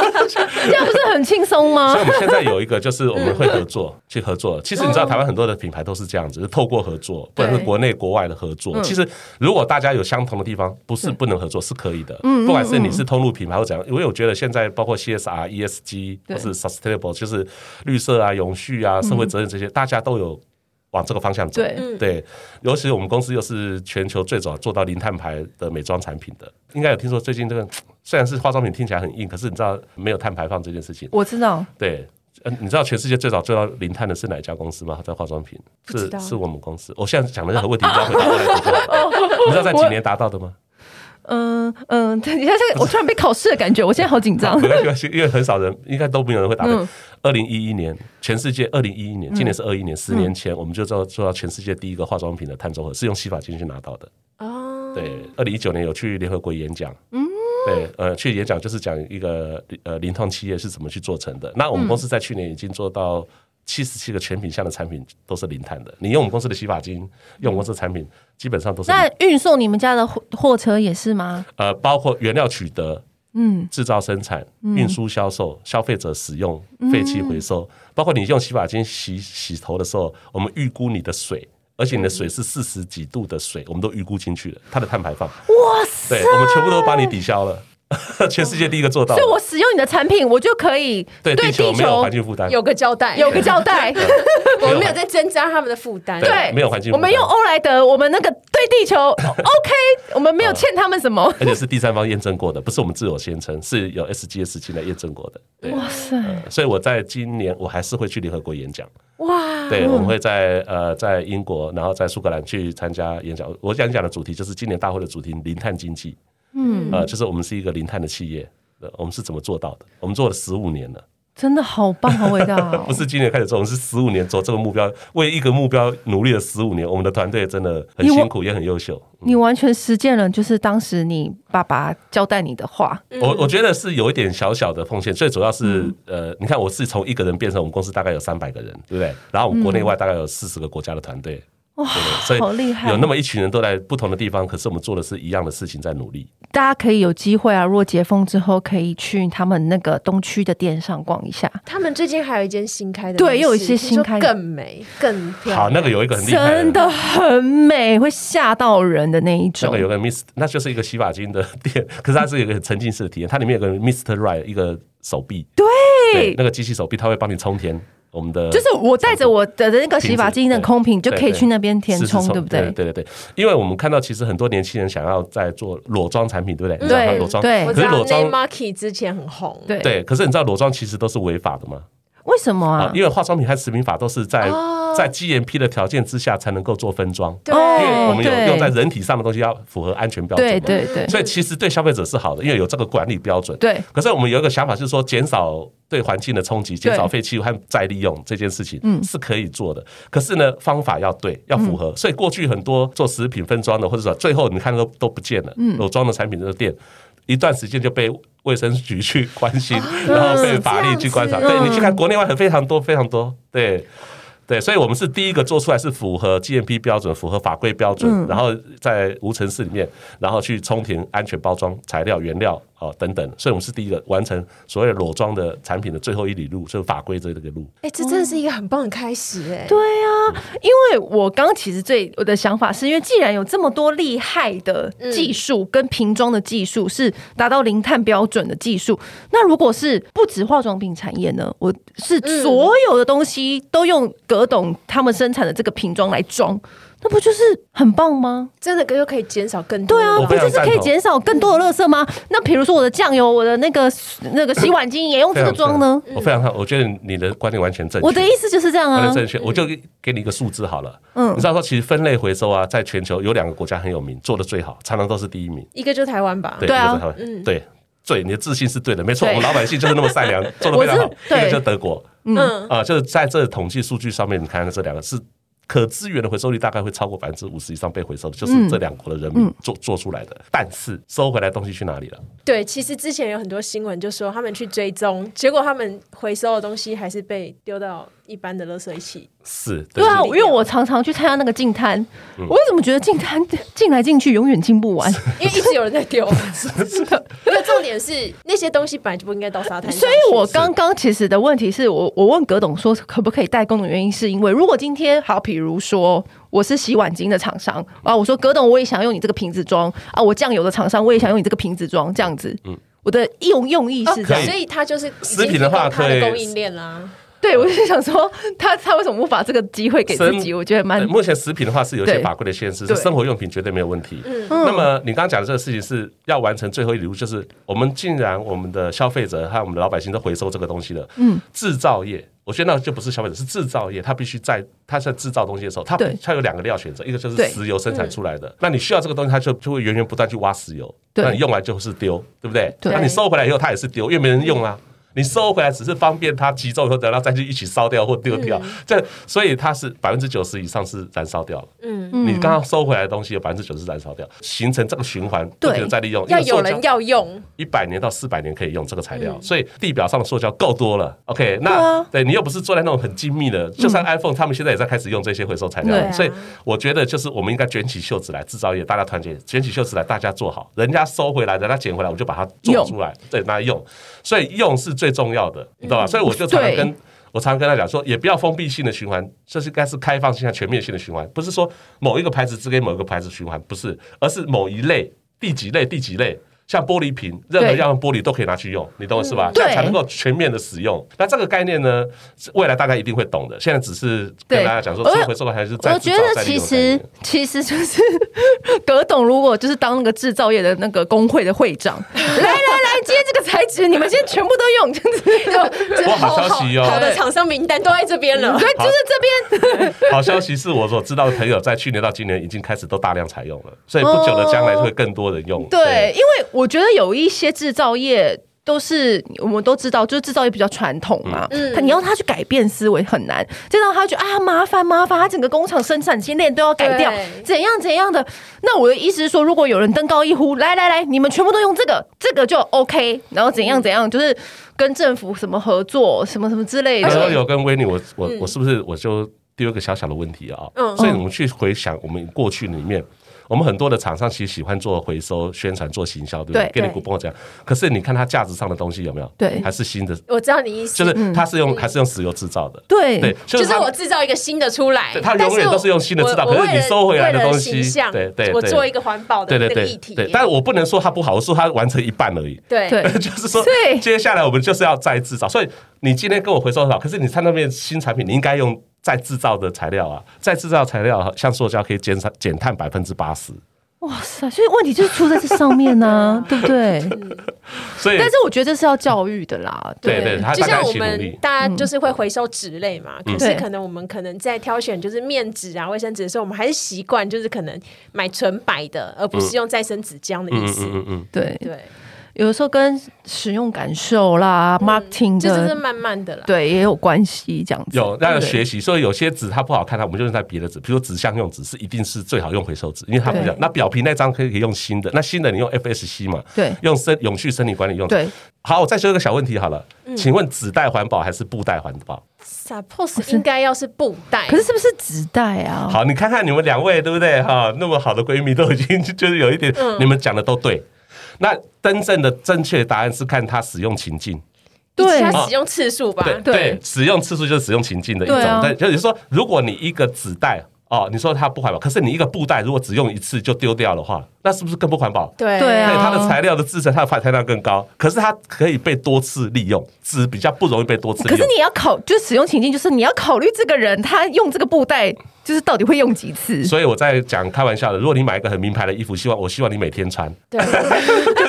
B: 这样不是很轻松吗嗯
C: 以我？们现在有一个就是我们会合作，去合作。其实你知道台湾很多的品牌都是这样子，就是透过合作，不管是
B: 哦对嗯
C: 国内国外的合作。其实如果大家有相同的地方，不是不能合作，是可以的。
B: 嗯
C: 不管是你是通路品牌或怎样，因为我觉得现在包括 CSR、ESG
B: 对嗯
C: E 或是 sustainable，就是绿色啊、永续啊、社会责任这些，大家都有往这个方向走。
B: 对
C: 对，尤其我们公司又是全球最早做到零碳排的美妆产品的，应该有听说最近这个虽然是化妆品听起来很硬，可是你知道没有碳排放这件事情，
B: 我知道，
C: 对。呃，你知道全世界最早做到零碳的是哪一家公司吗？在化妆品，
D: 不知
C: 是
D: 道
C: 是我们公司。我现在讲的任何问题，你要回答我来回答。
D: 哦
C: *laughs* 你知道在几年达到的吗？
B: 嗯嗯，对你看这 *laughs* 个，我突然被考试的感觉，我现在好紧张
C: *laughs* 没。关系没关系，因为很少人，应该都没有人会答
D: 嗯
C: 对。二零一一年，全世界二零一一年，今年是二一年，十
D: 嗯
C: 年前我们就做做到全世界第一个化妆品的碳中和，是用洗发精去拿到的。
D: 哦，
C: 对，二零一九年有去联合国演讲，嗯，对，呃，去演讲就是讲一个呃零碳企业是怎么去做成的。那我们公司在去年已经做到七十七个全品项的产品都是零碳的。你用我们公司的洗发精，用我们公司的产品，基本上都是零
B: 那运送你们家的货货车也是吗？
C: 呃，包括原料取得。嗯，制造、生产、
B: 嗯
C: 运输、销售、消费者使用、废弃回收，包括你用洗发精洗洗头的时候，我们预估你的水，而且你的水是四十几度的水，我们都预估进去了，它的碳排放。
B: 哇塞！
C: 对，我们全部都帮你抵消了， *laughs* 全世界第一个做到
B: 所
C: 的
B: 以。我使用你的产品，我就可以
C: 对地球没有环境负担，
D: 有个交代，
B: 有个交代。
D: 我们没有在增加他们的负担，
B: 对，
C: 没有环境负
B: 我
C: 担
B: 们用欧莱德，我们那个对地
C: *laughs*
B: 球哦 OK，我们没有欠他们什么。
C: 而且是第三方验证过的，不是我们自我宣称，是有 SGS 进来验证过的。对，
B: 哇塞！
C: 所以我在今年我还是会去联合国演讲。
B: 啊
D: 哇，
C: 对，
B: 嗯
C: 我们会在呃在英国，然后在苏格兰去参加演讲。我想讲的主题就是今年大会的主题——零碳经济。嗯，呃，就是我们是一个零碳的企业，呃我们是怎么做到的？我们做了十五年了。
B: 真的好棒，好伟大哦
C: *laughs* 不！是今年开始做，我们是十五年走这个目标，为一个目标努力了十五年。我们的团队真的很辛苦，也很优秀。
B: 你完全实践了，就是当时你爸爸交代你的话。
C: 我我觉得是有一点小小的奉献，最主要是、
B: 嗯
C: 呃，你看我是从一个人变成我们公司大概有三百个人，对不对？然后我们国内外大概有四十个国家的团队，
B: 嗯哇
C: 对不对？所以
B: 好厉害
C: 有那么一群人都在不同的地方，可是我们做的是一样的事情，在努力。
B: 大家可以有机会啊，如果解封之后，可以去他们那个东区的店上逛一下。
D: 他们最近还有一间新开的，
B: 对又有一些新开的
D: 听说更美、更漂亮。
C: 好，那个有一个很厉害
B: 真。的很美，会吓到人的那一
C: 那
B: 种
C: 个。有个 Mist，那就是一个洗发精的店，可是它是有一个很沉浸式的体验，它里面有个 Mr. Right 一个手臂，对，那个机器手臂，它会帮你充填我们的，
B: 就是我带着我的那个洗发精的空瓶，就
C: 对
B: 可以去那边填充，
C: 是
B: 对
C: 是
B: 不对？
C: 对对对，因为我们看到其实很多年轻人想要在做裸妆产品，对不对？你知道吗裸妆，
B: 嗯对
D: 我
C: 可
D: 知
C: 是
D: 道
C: 裸
D: Name
C: 妆。
D: Marky 之前很红，
B: 哎对
C: 对，可是你知道裸妆其实都是违法的吗？
B: 为什么
C: 啊
B: 啊，？哦
C: 因为化妆品和食品法都是在在 GMP 的条件之下才能够做分装，
D: 对
C: 因为我们有
B: 对
C: 用在人体上的东西要符合安全标准嘛
B: 对。对对
C: 所以其实对消费者是好的，因为有这个管理标准。
B: 对，
C: 可是我们有一个想法，就是说减少对环境的冲击，减少
B: 对嗯
C: 废弃物和再利用这件事情是可以做的。可是呢，方法要对，要符合。所以过去很多做食品分装的，或者说最后你看都都不见了，
B: 嗯
C: 裸装的产品的店。一段时间就被卫生局去关心，
B: 啊
C: *laughs* 然后被法律去观察。
D: 这样子
B: 嗯
C: 对你去看国内外很非常多非常多，对对，所以我们是第一个做出来是符合 GMP 标准、符合法规标准，
B: 嗯
C: 然后在无尘室里面，然后去充填安全包装材料、原料哦等等，所以我们是第一个完成所谓裸装的产品的最后一里路，就是法规这个路。
D: 哎，这真的是一个很棒的开始，哎，
B: 对啊，因为我刚刚其实最我的想法是因为既然有这么多厉害的技术跟瓶装的技术是达到零碳标准的技术，那如果是不止化妆品产业呢，我是所有的东西都用葛董他们生产的这个瓶装来装，那不就是很棒吗？
D: 真的就可以减少更多
B: 对
D: 的
B: 啊，
D: 浪
C: 我
D: 费。
B: 不
C: 非
B: 就是
C: 常
B: 可以减少更多的垃圾吗？那比如说我的酱油，我的那个那个洗碗巾也用这个装呢？
C: 我非常好，我觉得你的观点完全正确。
B: 我的意思就是这样
C: 完
B: 啊
C: 全。正确，我就给你一个数字好了。
B: 嗯
C: 你知道说，其实分类回收啊，在全球有两个国家很有名，做的最好，常常都是第一名。
D: 一个就是台湾吧，
C: 对，
B: 对啊
C: 一个是台湾对。对，你的自信是对的，没错，
B: 对
C: 我们老百姓就是那么
B: *laughs*
C: 善良，做的非常好
B: 我。是
C: 一个
B: 对
C: 就是德国
D: 嗯，
C: 啊、就是在这统计数据上面，你看这两个是可资源的回收率大概会超过百分之五十以上被回收的，
B: 嗯
C: 就是这两国的人民做、做出来的。但是收回来东西去哪里了？
D: 对。其实之前有很多新闻就说他们去追踪，结果他们回收的东西还是被丢到一般的垃圾器。
C: 是，
B: 对啊，因
C: 就
B: 为
C: 是
B: 我常常去参加那个净滩，
C: 嗯
B: 我怎么觉得净滩进来进去永远进不
C: *laughs*
B: 完？
D: 因为一直有人在丢。因为重点是那些东西本来就不应该到沙滩上去，
B: 所以我刚刚其实的问题是我我问葛董说可不可以代工的原因，是因为如果今天好，比如说我是洗碗巾的厂商啊，我说葛董我也想用你这个瓶子装啊，我酱油的厂商我也想用你这个瓶子装，这样子，我的用用意是这
C: 嗯可
B: 样。
C: 以
D: 所以它就是已经
C: 食品的话
D: 提供它
C: 可以
D: 的供应链啊啦。
B: 对，我就想说他他为什么不把这个机会给自己？
C: 生
B: 我觉得蛮
C: 对目前食品的话是有一些
B: 对
C: 法规的限制，
B: 对嗯
C: 是生活用品绝对没有问题。那么你刚刚讲的这个事情是要完成最后一里路，就是我们竟然我们的消费者和我们的老百姓都回收这个东西了。嗯，制造业，我觉得那就不是消费者，是制造业，它必须在它在制造东西的时候，它
B: 对
C: 它有两个料选择，一个就是
B: 对嗯
C: 石油生产出来的，那你需要这个东西，它就就会源源不断去挖石油，
B: 对
C: 那你用完就是丢，对不对？
B: 对
C: 那你收回来以后，它也是丢，因为没人用啊。你收回来只是方便它集中以后，等到再去一起烧掉或丢掉。这所以它是百分之九十以上是燃烧掉了。嗯，你刚刚收回来的东西有百分之九十燃烧掉，形成这个循环，
B: 对
C: 不停地再利用。
D: 要有人要用，
C: 一百年到四百年可以用这个材料，所以地表上的塑胶够多了。OK，那
B: 嗯对啊嗯
C: 对你又不是做在那种很精密的，就算 iPhone 他们现在也在开始用这些回收材料
B: 对
C: 了，
D: 啊
C: 所以我觉得就是我们应该卷起袖子来，制造业大家团结，卷起袖子来，大家做好，人家收回来的，人家捡回来，我就把它做出来，对，拿来用。所以用是最重要的，你知道
B: 嗯
C: 吧？所以我就常常
B: 对
C: 跟。我常常跟他讲说，也不要封闭性的循环，这是应该是开放性、全面性的循环，不是说某一个牌子只给某一个牌子循环，不是，而是某一类、第几类、第几类，像玻璃瓶，任何
B: 对嗯
C: 样的玻璃都可以拿去用，你懂我是吧？
B: 对
C: 这样才能够全面的使用。那这个概念呢，是未来大家一定会懂的。现在只是跟
B: 对
C: 大家讲说，
B: 我
C: 智回收还是在
B: 我觉得其实其实就是葛董，如果就是当那个制造业的那个工会的会
C: *laughs*
B: 长，来来来，今天这个材质你们先全部都用，这样子。
D: 就
C: 哇好消息哦
D: 好的厂商名单都在这边了。
B: 对，就是这边
C: 好消息是我所知道的朋友，在去年到今年已经开始都大量采用了，所以不久的将来会更多人用。
B: 哦对，因为我觉得有一些制造业。都是我们都知道，就是制造业比较传统嘛，
C: 嗯
B: 他你要他去改变思维很难，再让他觉得啊麻烦麻烦，他整个工厂生产线链都要改掉
D: 对，
B: 怎样怎样的。那我的意思是说，如果有人登高一呼，来来来，你们全部都用这个，这个就 OK，然后怎样怎样，就是跟政府什么合作，什么什么之类的。
C: 然后有跟威尼，我我我是不是我就丢一个小小的问题啊？
D: 嗯
C: 所以我们去回想我们过去里面，我们很多的厂商其实喜欢做回收宣传、做行销，对不对？
B: 对
C: 给你 coupon 这样，可是你看它价值上的东西有没有？
B: 对
C: 还是新的，
D: 我知道你意思，
C: 就是它是用还是用石油制造的？
B: 对
C: 对，
D: 嗯就是
C: 它
D: 我制造一个新的出来
C: 对，它永远都是用新的制造
D: 但
C: 可是你
D: 我
C: 收回来的
D: 为了
C: 东西
D: 形象
C: 对对对
D: 我做一个环保的
C: 对
D: 那
C: 对
D: 个
C: 对
D: 议题，
C: 对，但是我不能说它不好，我说它完成一半而已。
D: 对
B: 对
C: *laughs* 就是说
B: 对，
C: 接下来我们就是要再制造。所以你今天跟我回收很好，可是你看那边新产品，你应该用再制造的材料啊，再制造材料像塑胶可以减产减碳百分之八十，
B: 哇塞，所以问题就是出在这上面
C: *laughs*
B: 呢、对不对？
C: 所以
B: 但是我觉得这是要教育的啦，
C: 对对，他
D: 就
C: 大家
D: 像
C: 一
D: 我
C: 起努
D: 们
C: 力。嗯
D: 大家就是会回收纸类嘛，可
B: 嗯
D: 是
B: 对
D: 可能我们可能在挑选就是面纸啊、卫生纸的时候，我们还是习惯就是可能买纯白的，而不是用再生纸浆的意
C: 嗯
D: 思。
C: 嗯嗯嗯，
B: 对
D: 对，
B: 有的时候跟使用感受啦、marketing
D: 嗯这就是
B: 的
D: 慢慢的啦。
B: 对也有关系，这样子
C: 有那要
B: 对
C: 学习，所以有些纸它不好看，它我们就用在别的纸，比如说纸箱用纸是一定是最好用回收纸，因为它不一样
B: 对。
C: 那表皮那张可以用新的，那新的你用 FSC 嘛，
D: 哎
B: 对
C: 用生永续生理管理用。
B: 对，
C: 好，我再说一个小问题好了，请问纸袋环保还是布袋环保？
D: Suppose 应该要是布袋，
B: 可是是不是纸袋啊？
C: 好，你看看你们两位对不对哈、那么好的闺蜜都已经 *laughs* 就是有一点，
B: 嗯
C: 你们讲的都对。那真正的正确答案是看它使用情境，
D: 以
B: 对
D: 及它使用次数吧。
C: 对
B: 对
C: 使用次数就是使用情境的一种。
B: 对啊
C: 但就是说，如果你一个纸袋哦，你说它不环保，可是你一个布袋如果只用一次就丢掉的话，那是不是更不环保？
D: 对
B: 对啊
C: 对它的材料的制成，它的排碳量更高，可是它可以被多次利用，纸比较不容易被多次利
B: 可
C: 用。
B: 是你要考，就是使用情境，就是你要考虑这个人他用这个布袋就是到底会用几次？
C: 所以我在讲开玩笑的，如果你买一个很名牌的衣服，希望我希望你每天穿，
D: 对，
C: *laughs*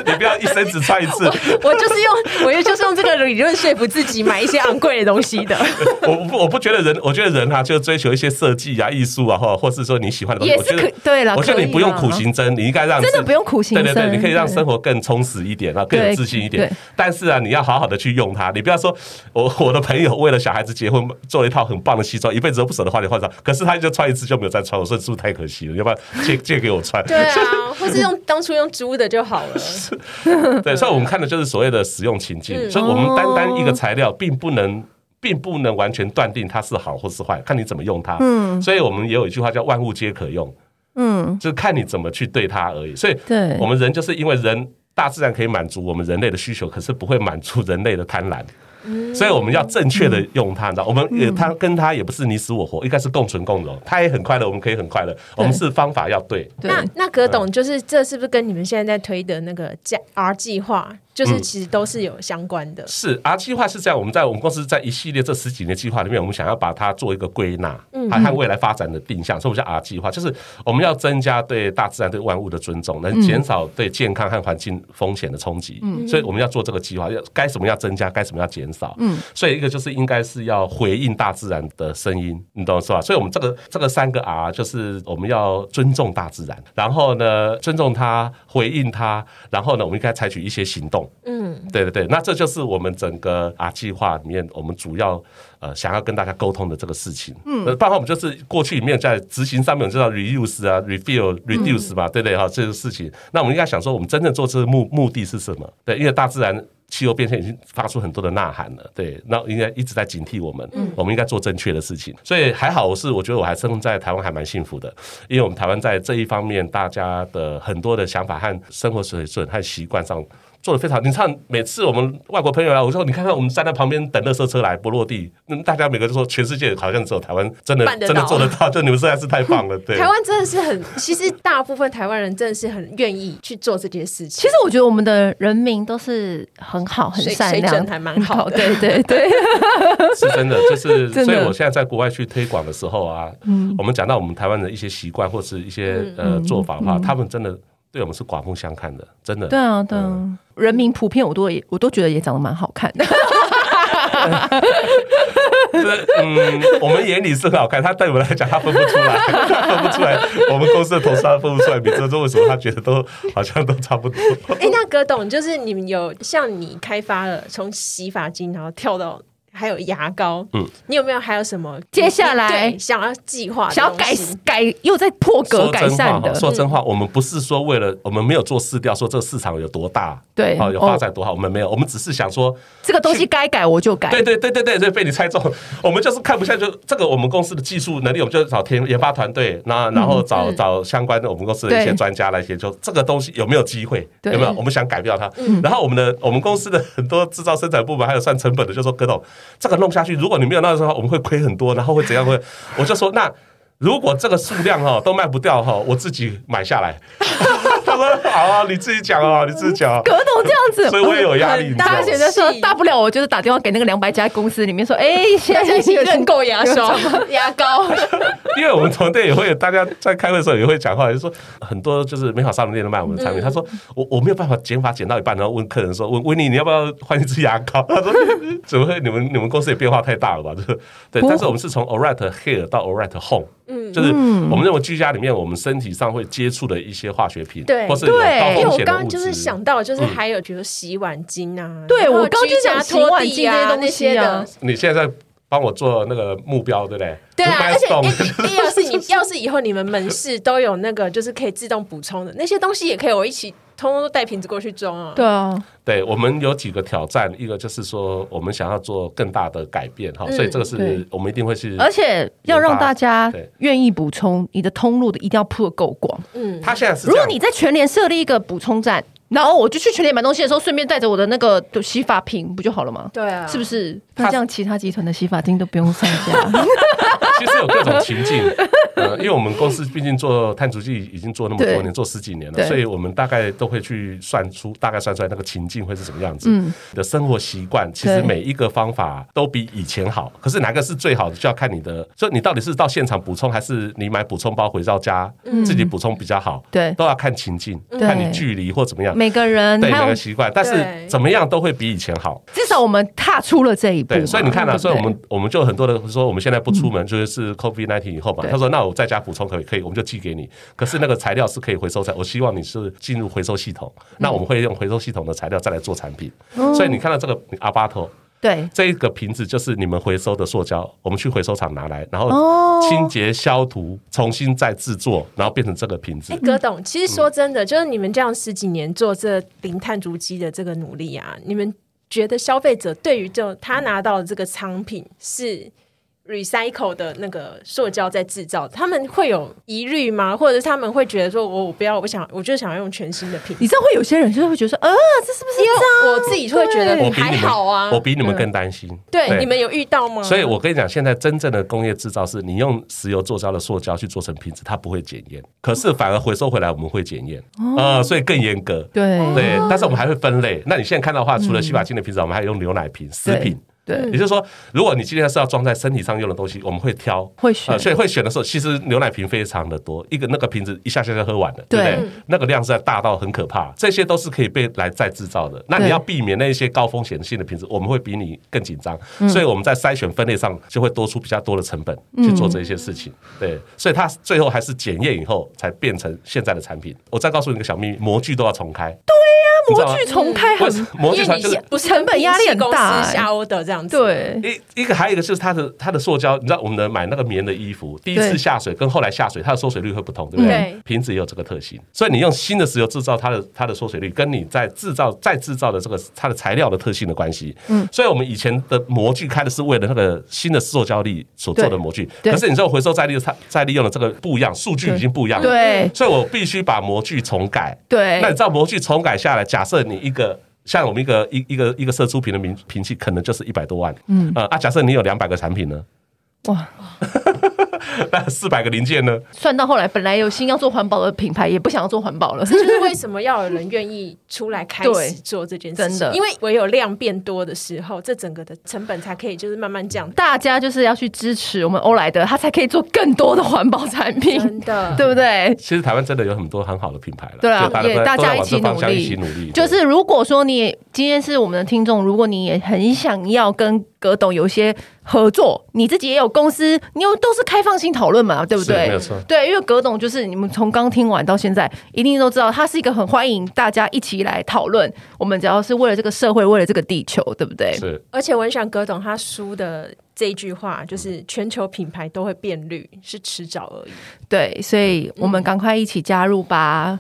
C: 你不要一生只穿一次。
D: 我就是用，我就是用这个理论说服自己买一些昂贵的东西的，
C: 我不我不觉得人，我觉得人啊，就追求一些设计啊、艺术啊，或或是说你喜欢的东西，
B: 也
C: 我
B: 是
C: 觉
B: 可
C: 得
B: 对了，
C: 我觉得
B: 可以
C: 你不用
B: 啦
C: 苦行僧，你应该让
B: 真的
C: 自
B: 不用苦行
C: 对对
B: 僧
C: 对，你可以让
B: 对
C: 生活更充实一点，然后啊更有
B: 对
C: 自信一点
B: 对。
C: 但是啊，你要好好的去用它，你不要说我我的朋友为了小孩子结婚做了一套很棒的西装，一辈子都不舍得花钱换上，可是他就穿一次就没有再穿，我说是不是太可惜了？要不然借借给我
B: *laughs*
C: 穿。
D: 对啊，或是用当初用租的就好了，
C: *laughs* 对，所以我们看的就是所谓的使用情境，所以我们单单一个材料并不能。并不能完全断定它是好或是坏，看你怎么用它。嗯，所以我们也有一句话叫“万物皆可用”，嗯，就是看你怎么去对它而已。所以，
B: 对
C: 我们人就是因为人，大自然可以满足我们人类的需求，可是不会满足人类的贪婪。所以我们要正确的用它，你知道，我们也它跟它也不是你死我活，应该是共存共荣。它也很快乐，我们可以很快乐。我们是方法要对，
B: *laughs* 对
D: 那那葛
C: 嗯
D: 董，就是这是不是跟你们现在在推的那个价 R 计划，就是
C: 嗯
D: 其实都是有相关的？
C: 是 R 计划是这样，我们在我们公司在一系列这十几年计划里面，我们想要把它做一个归纳，它和未来发展的定向，所以我们叫 R 计划，就是我们要增加对大自然、对万物的尊重，能减少对健康和环境风险的冲击。所以我们要做这个计划，要该什么要增加，该什么要减少。所以一个就是应该是要回应大自然的声音，你懂我说吧？所以我们这个这个三个 R 就是我们要尊重大自然，然后呢尊重它，回应它，然后呢我们应该采取一些行动。
B: 嗯
C: 对对对，那这就是我们整个啊计划里面，我们主要呃想要跟大家沟通的这个事情。嗯，不然的话我们就是过去里面在执行上面，我们知道 reuse 啊、refill、reduce 嘛，对不对哈？这个事情，那我们应该想说，我们真正做这个目目的是什么？对，因为大自然。气候变迁已经发出很多的呐喊了，对，那应该一直在警惕我们，我们应该做正确的事情。所以还好，我是我觉得我还生在台湾还蛮幸福的，因为我们台湾在这一方面，大家的很多的想法和生活水准和习惯上做的非常。你看，每次我们外国朋友来，啊我说你看看我们站在旁边等垃圾车来不落地，那大家每个都说全世界好像只有台湾真的
D: 办得
C: 真的
D: 到
C: 做得到，这你们实在是太棒了。
D: *laughs*
C: 对，
D: 台湾真的是很，其实大部分台湾人真的是很愿意去做这件事
B: 其
D: 情。
B: 实我觉得我们的人民都是很好、很
D: 水
B: 善
D: 水
B: 良，
D: 准还蛮好的
B: 对对
D: *laughs*
B: 对，
C: 是真的，就是
B: *laughs* 真的嗯
C: 所以我现在在国外去推广的时候啊，我们讲到我们台湾的一些习惯或是一些呃做法的
B: 嗯
C: 话，他们真的对我们是刮目相看的，真的。
B: 对 *laughs* 啊，对
C: 嗯
B: 啊，人民普遍我都也我都觉得也长得蛮好看的，
C: 这嗯，我们眼里是很好看，他对我们来讲，他分不出来， *laughs* 他分不出来。我们公司的同事他分不出来，你知道为什么他觉得都好像都差不多？
D: 哎、那葛董，就是你们有像你开发了从洗发精，然后跳到还有牙膏，嗯，你有没有还有什么
B: 接下来
D: 对想要计划的
B: 想要
D: 东
B: 改
D: 西、
B: 改又在破 *laughs* 格
C: 说
B: 改
C: 真话哦
B: 善的嗯
C: 哈，，说真话，我们不是说为了我们没有做市调，说这个市场有多大，
B: 对
C: 哦，有发展多好，我们没有，我们只是想说，
B: 这个东西该改我就改，
C: 对对对对对对，被你猜中， *laughs* 我们就是看不下去，这个我们公司的技术能力，我们就找研研发团队，那然后找找相关的我们公司的一些
B: 嗯对
C: 专家来研究这个东西有没有机会，有
B: 对嗯
C: 没有？我们想改掉它。然后我们的我们公司的很多制造生产部门还有算成本的，就说葛董，这个弄下去，如果你没有那个时候，我们会亏很多，然后会怎样会？我就说那。如果这个数量哈都卖不掉哈，我自己买下来。 *laughs* 他说好啊，你自己讲啊，你自己
B: *laughs*
C: 讲啊。
B: 葛董这样子，
C: 所以我也有压力，你知道
B: 大
C: 吗
B: 家？觉得说
D: 是，
B: 大不了我就是打电话给那个两百家公司里面说，哎，现在
D: 一起认购牙
B: *laughs*
D: 刷、
C: 啊 *laughs*
D: 牙膏，
C: 因为我们团队也会有，大家在开会的时候也会讲话，就说很多就是美好商人店都卖我们
D: 嗯
C: 的产品。他说我我没有办法减法减到一半，然后问客人说问维尼你要不要换一支牙膏？ *laughs* 他说怎么会你们你们公司也变化太大了吧？就是对，
B: 不
C: 但是我们是从 alright hair 到 alright home，嗯，就是我们认为居家里面我们身体上会接触的一些化学品，
D: 对
C: 或是有
B: 对
C: 高
D: 因为
C: 风
D: 我
C: 险
D: 刚
C: 的物嗯
D: 刚
C: 质，
D: 就是想到，就是还有比如说洗碗巾啊，
B: 对
D: 然后
B: 我刚刚就
D: 居家
B: 想洗
D: 拖
B: 碗
D: 地
B: 巾
D: 啊
B: 这些东
D: 那
B: 西
D: 些
B: 啊
D: 的，
C: 你现在在帮我做那个目标，对不对？
D: 对啊，而且
C: Milestone
D: 哎，哎要是你要是以后你们门市都有那个，就是可以自动补充的那些东西，也可以我一起通通都带瓶子过去装啊。
B: 对啊，
C: 对我们有几个挑战，一个就是说我们想要做更大的改变哈，所以这个是
B: 嗯对
C: 我们一定会去。
B: 而且要让大家
C: 对
B: 愿意补充你的通路的，一定要铺的够广。
C: 他现在是
B: 如果
C: 这样，
B: 你在全联设立一个补充站，然后我就去全联买东西的时候，顺便带着我的那个洗发瓶，不就好了吗？
D: 对啊
B: 是不是？*laughs*
C: 它
B: 那这样其他集团的洗发精都不用上架， *laughs*
C: 其实有各种情境，呃，因为我们公司毕竟做碳足迹已经做那么多
B: 对
C: 年，做十几年了，
B: 对
C: 所以我们大概都会去算出，大概算出来那个情境会是什么样子。
B: 嗯
C: 你的生活习惯，其实
B: 对
C: 每一个方法都比以前好，可是哪个是最好的，就要看你的，所以你到底是到现场补充，还是你买补充包回到家、自己补充比较好，
B: 嗯对
C: 都要看情境，看你距离或怎么样。
B: 每个人
C: 对
B: 还
C: 每
B: 有
C: 个习惯，但
D: 对
C: 是怎么样都会比以前好。
B: 至少我们踏出了这一步嘛。
C: 对，所以你看啊
B: 了、
C: 了、所以我们我们就很多人说，我们现在不出
D: 嗯
C: 门，就是 COVID nineteen 以后嘛。
B: 对
C: 他说，那我在家补充可以，可以，我们就寄给你。可是那个材料是可以回收材，我希望你是进入回收系统。
D: 嗯
C: 那我们会用回收系统的材料再来做产品。
D: 哦
C: 所以你看到这个阿巴头。
B: 对
C: 这个瓶子就是你们回收的塑胶，我们去回收厂拿来，然
D: 哦
C: 后清洁消毒，重新再制作，然后变成这个瓶子
D: 哎，。葛
B: 嗯
D: 董，其实说真的，就是你们这样十几年做这零碳足迹的这个努力啊，你们觉得消费者对于这种他拿到的这个商品是 recycle 的那个塑胶在制造，他们会有疑虑吗？或者是他们会觉得说，我我不要，我想我就想要用全新的品
B: 你
D: 牌？
B: 知道会有些人就会觉得说，
C: 哦
B: 呃，这是不是
D: 因
B: 这
D: 为我自己会觉
C: 我
D: 得
C: 比你
D: 还
C: 们
D: 好啊，
C: 我比你们更担心。
D: 对你们有遇到吗？
C: 所以我跟你讲，现在真正的工业制造是你用石油做胶的塑胶去做成瓶子，它不会检验，可是反而回收回来我们会检验啊、呃所以更严格。
B: 样？哦对嗯
C: 对，但是我们还会分类。那你现在看到的话，除了洗发精的瓶子，我们还用牛奶瓶、食品。
B: 对
C: 也就是说，如果你今天是要装在身体上用的东西，我们会挑，
B: 会选
C: 呃所以会选的时候，其实牛奶瓶非常的多，一个那个瓶子一下下就喝完了，对不
B: 对
C: 对？那个量是大到很可怕，这些都是可以被来再制造的。那你
B: 对
C: 要避免那一些高风险性的瓶子，我们会比你更紧张，
B: 嗯
C: 所以我们在筛选分类上就会多出比较多的成本去做这些事情。
B: 嗯
C: 对，所以它最后还是检验以后才变成现在的产品。我再告诉你一个小秘密，模具都要重开。对呀、
B: 模具重开
C: 为
B: 很
C: 什么模具
D: 因
C: 它
D: 为你
C: 就是
D: 不是
B: 成本压力很
D: 公
B: 大
D: 司
B: 哎
D: 下 order 这样子，，
B: 对
C: 一一个还有一个就是它的它的塑胶，你知道我们的买那个棉的衣服，第一次
B: 对
C: 下水跟后来下水它的缩水率会不同，对不对？
D: 嗯对
C: 瓶子也有这个特性，所以你用新的石油制造它的它的缩水率，跟你在制造再制造的这个它的材料的特性的关系。嗯，所以我们以前的模具开的是为了那个新的塑胶粒所做的
B: 对
C: 模具，
B: 对
C: 可是你这种回收再利用它再利用的这个不一样，数据已经不一样了。
B: 对
C: 所以我必须把模具重改。
B: 对
C: 那你知道模具重改下来，假设你一个。像我们一个一一个一个射出瓶的瓶瓶器，可能就是一百多万，嗯呃啊，假设你有两百个产品呢， *laughs*
B: 哇，
C: 那四百个零件呢，
B: 算到后来，本来有心要做环保的品牌，也不想要做环保了。
D: *laughs* 就是为什么要有人愿意出来开
B: 对
D: 始做这件事
B: 真
D: 情？
B: 的
D: 因为唯有量变多的时候，这整个的成本才可以就是慢慢降低。
B: 大家就是要去支持我们欧莱德，它才可以做更多的环保产品，
D: *laughs* 真的，
B: 对不对？
C: 其实台湾真的有很多很好的品牌了，
B: 对啊
C: 就，大家
B: 也
C: 都
B: 大
C: 都
B: 家
C: 在往
B: 起
C: 这
B: 努
C: 方向一
B: 力，
C: 起努力，
B: 就是如果说你也今天是我们的听众，如果你也很想要跟葛董有一些合作，你自己也有公司，你又都是开放性讨论嘛，对不
C: 是
B: 对？
C: 没有错
B: 对，因为葛董就是你们从刚听完到现在，一定都知道他是一个很欢迎大家一起来讨论。我们只要是为了这个社会，为了这个地球，对不对
C: 对？是
D: 而且我很想葛董他书的这一句话，就是全球品牌都会变绿，是迟早而已。
B: 对，所以我们赶快一起加入吧。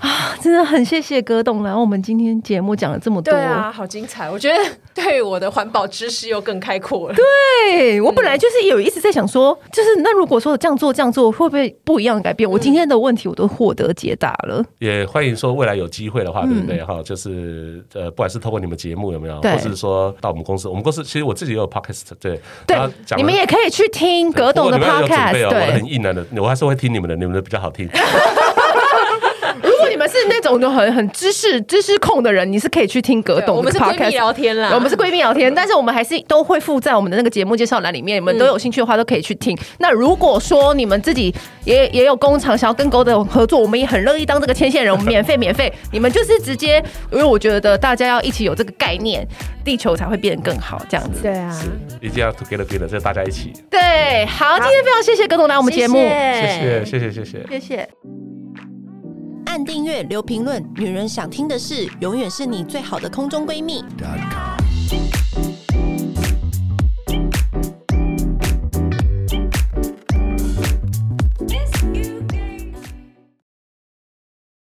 B: 啊，真的很谢谢葛董来，然后我们今天节目讲了这么多，
D: 对啊，好精彩！我觉得对我的环保知识又更开阔了。
B: 对我本来就是有一直在想说，就是那如果说这样做这样做会不会不一样的改变？我今天的问题我都获得解答了，
C: 也欢迎说未来有机会的话，对不对？哈，就是呃，不管是透过你们节目有没有，
B: 嗯对
C: 或是说到我们公司，我们公司其实我自己也有 podcast，对，
B: 对
C: 然后，讲
B: 你
C: 了
B: 们也可以去听葛董的
C: 不过你们要有
B: podcast，
C: 准备哦我很
B: 对。
C: 硬朗的，我还是会听你们的，你们的比较好
B: *laughs*
C: 听。
B: 如果你们是那种就很很知识知识控的人，你是可以去听葛
D: 对我
B: 董的
D: 们是闺蜜
B: podcast。
D: 聊天啦，
B: 我们是闺蜜聊天，但是我们还是都会附在我们的那个节目介绍栏里面，你们都有兴趣的话都可以去听。那如果说你们自己也也有工厂想要跟狗的合作，我们也很乐意当这个牵线人，我们免费免费，你们就是直接，因为我觉得大家要一起有这个概念，地球才会变得更好，这样子。
D: 对啊，
C: 一定要 together together，这大家一起。
B: 对，好，今天非常谢谢葛董来我
D: 我
B: 们节目，
C: 谢谢，谢谢，谢谢。
B: 谢谢。
A: 按订阅，留评论，女人想听的事，永远是你最好的空中闺蜜。
E: dot com.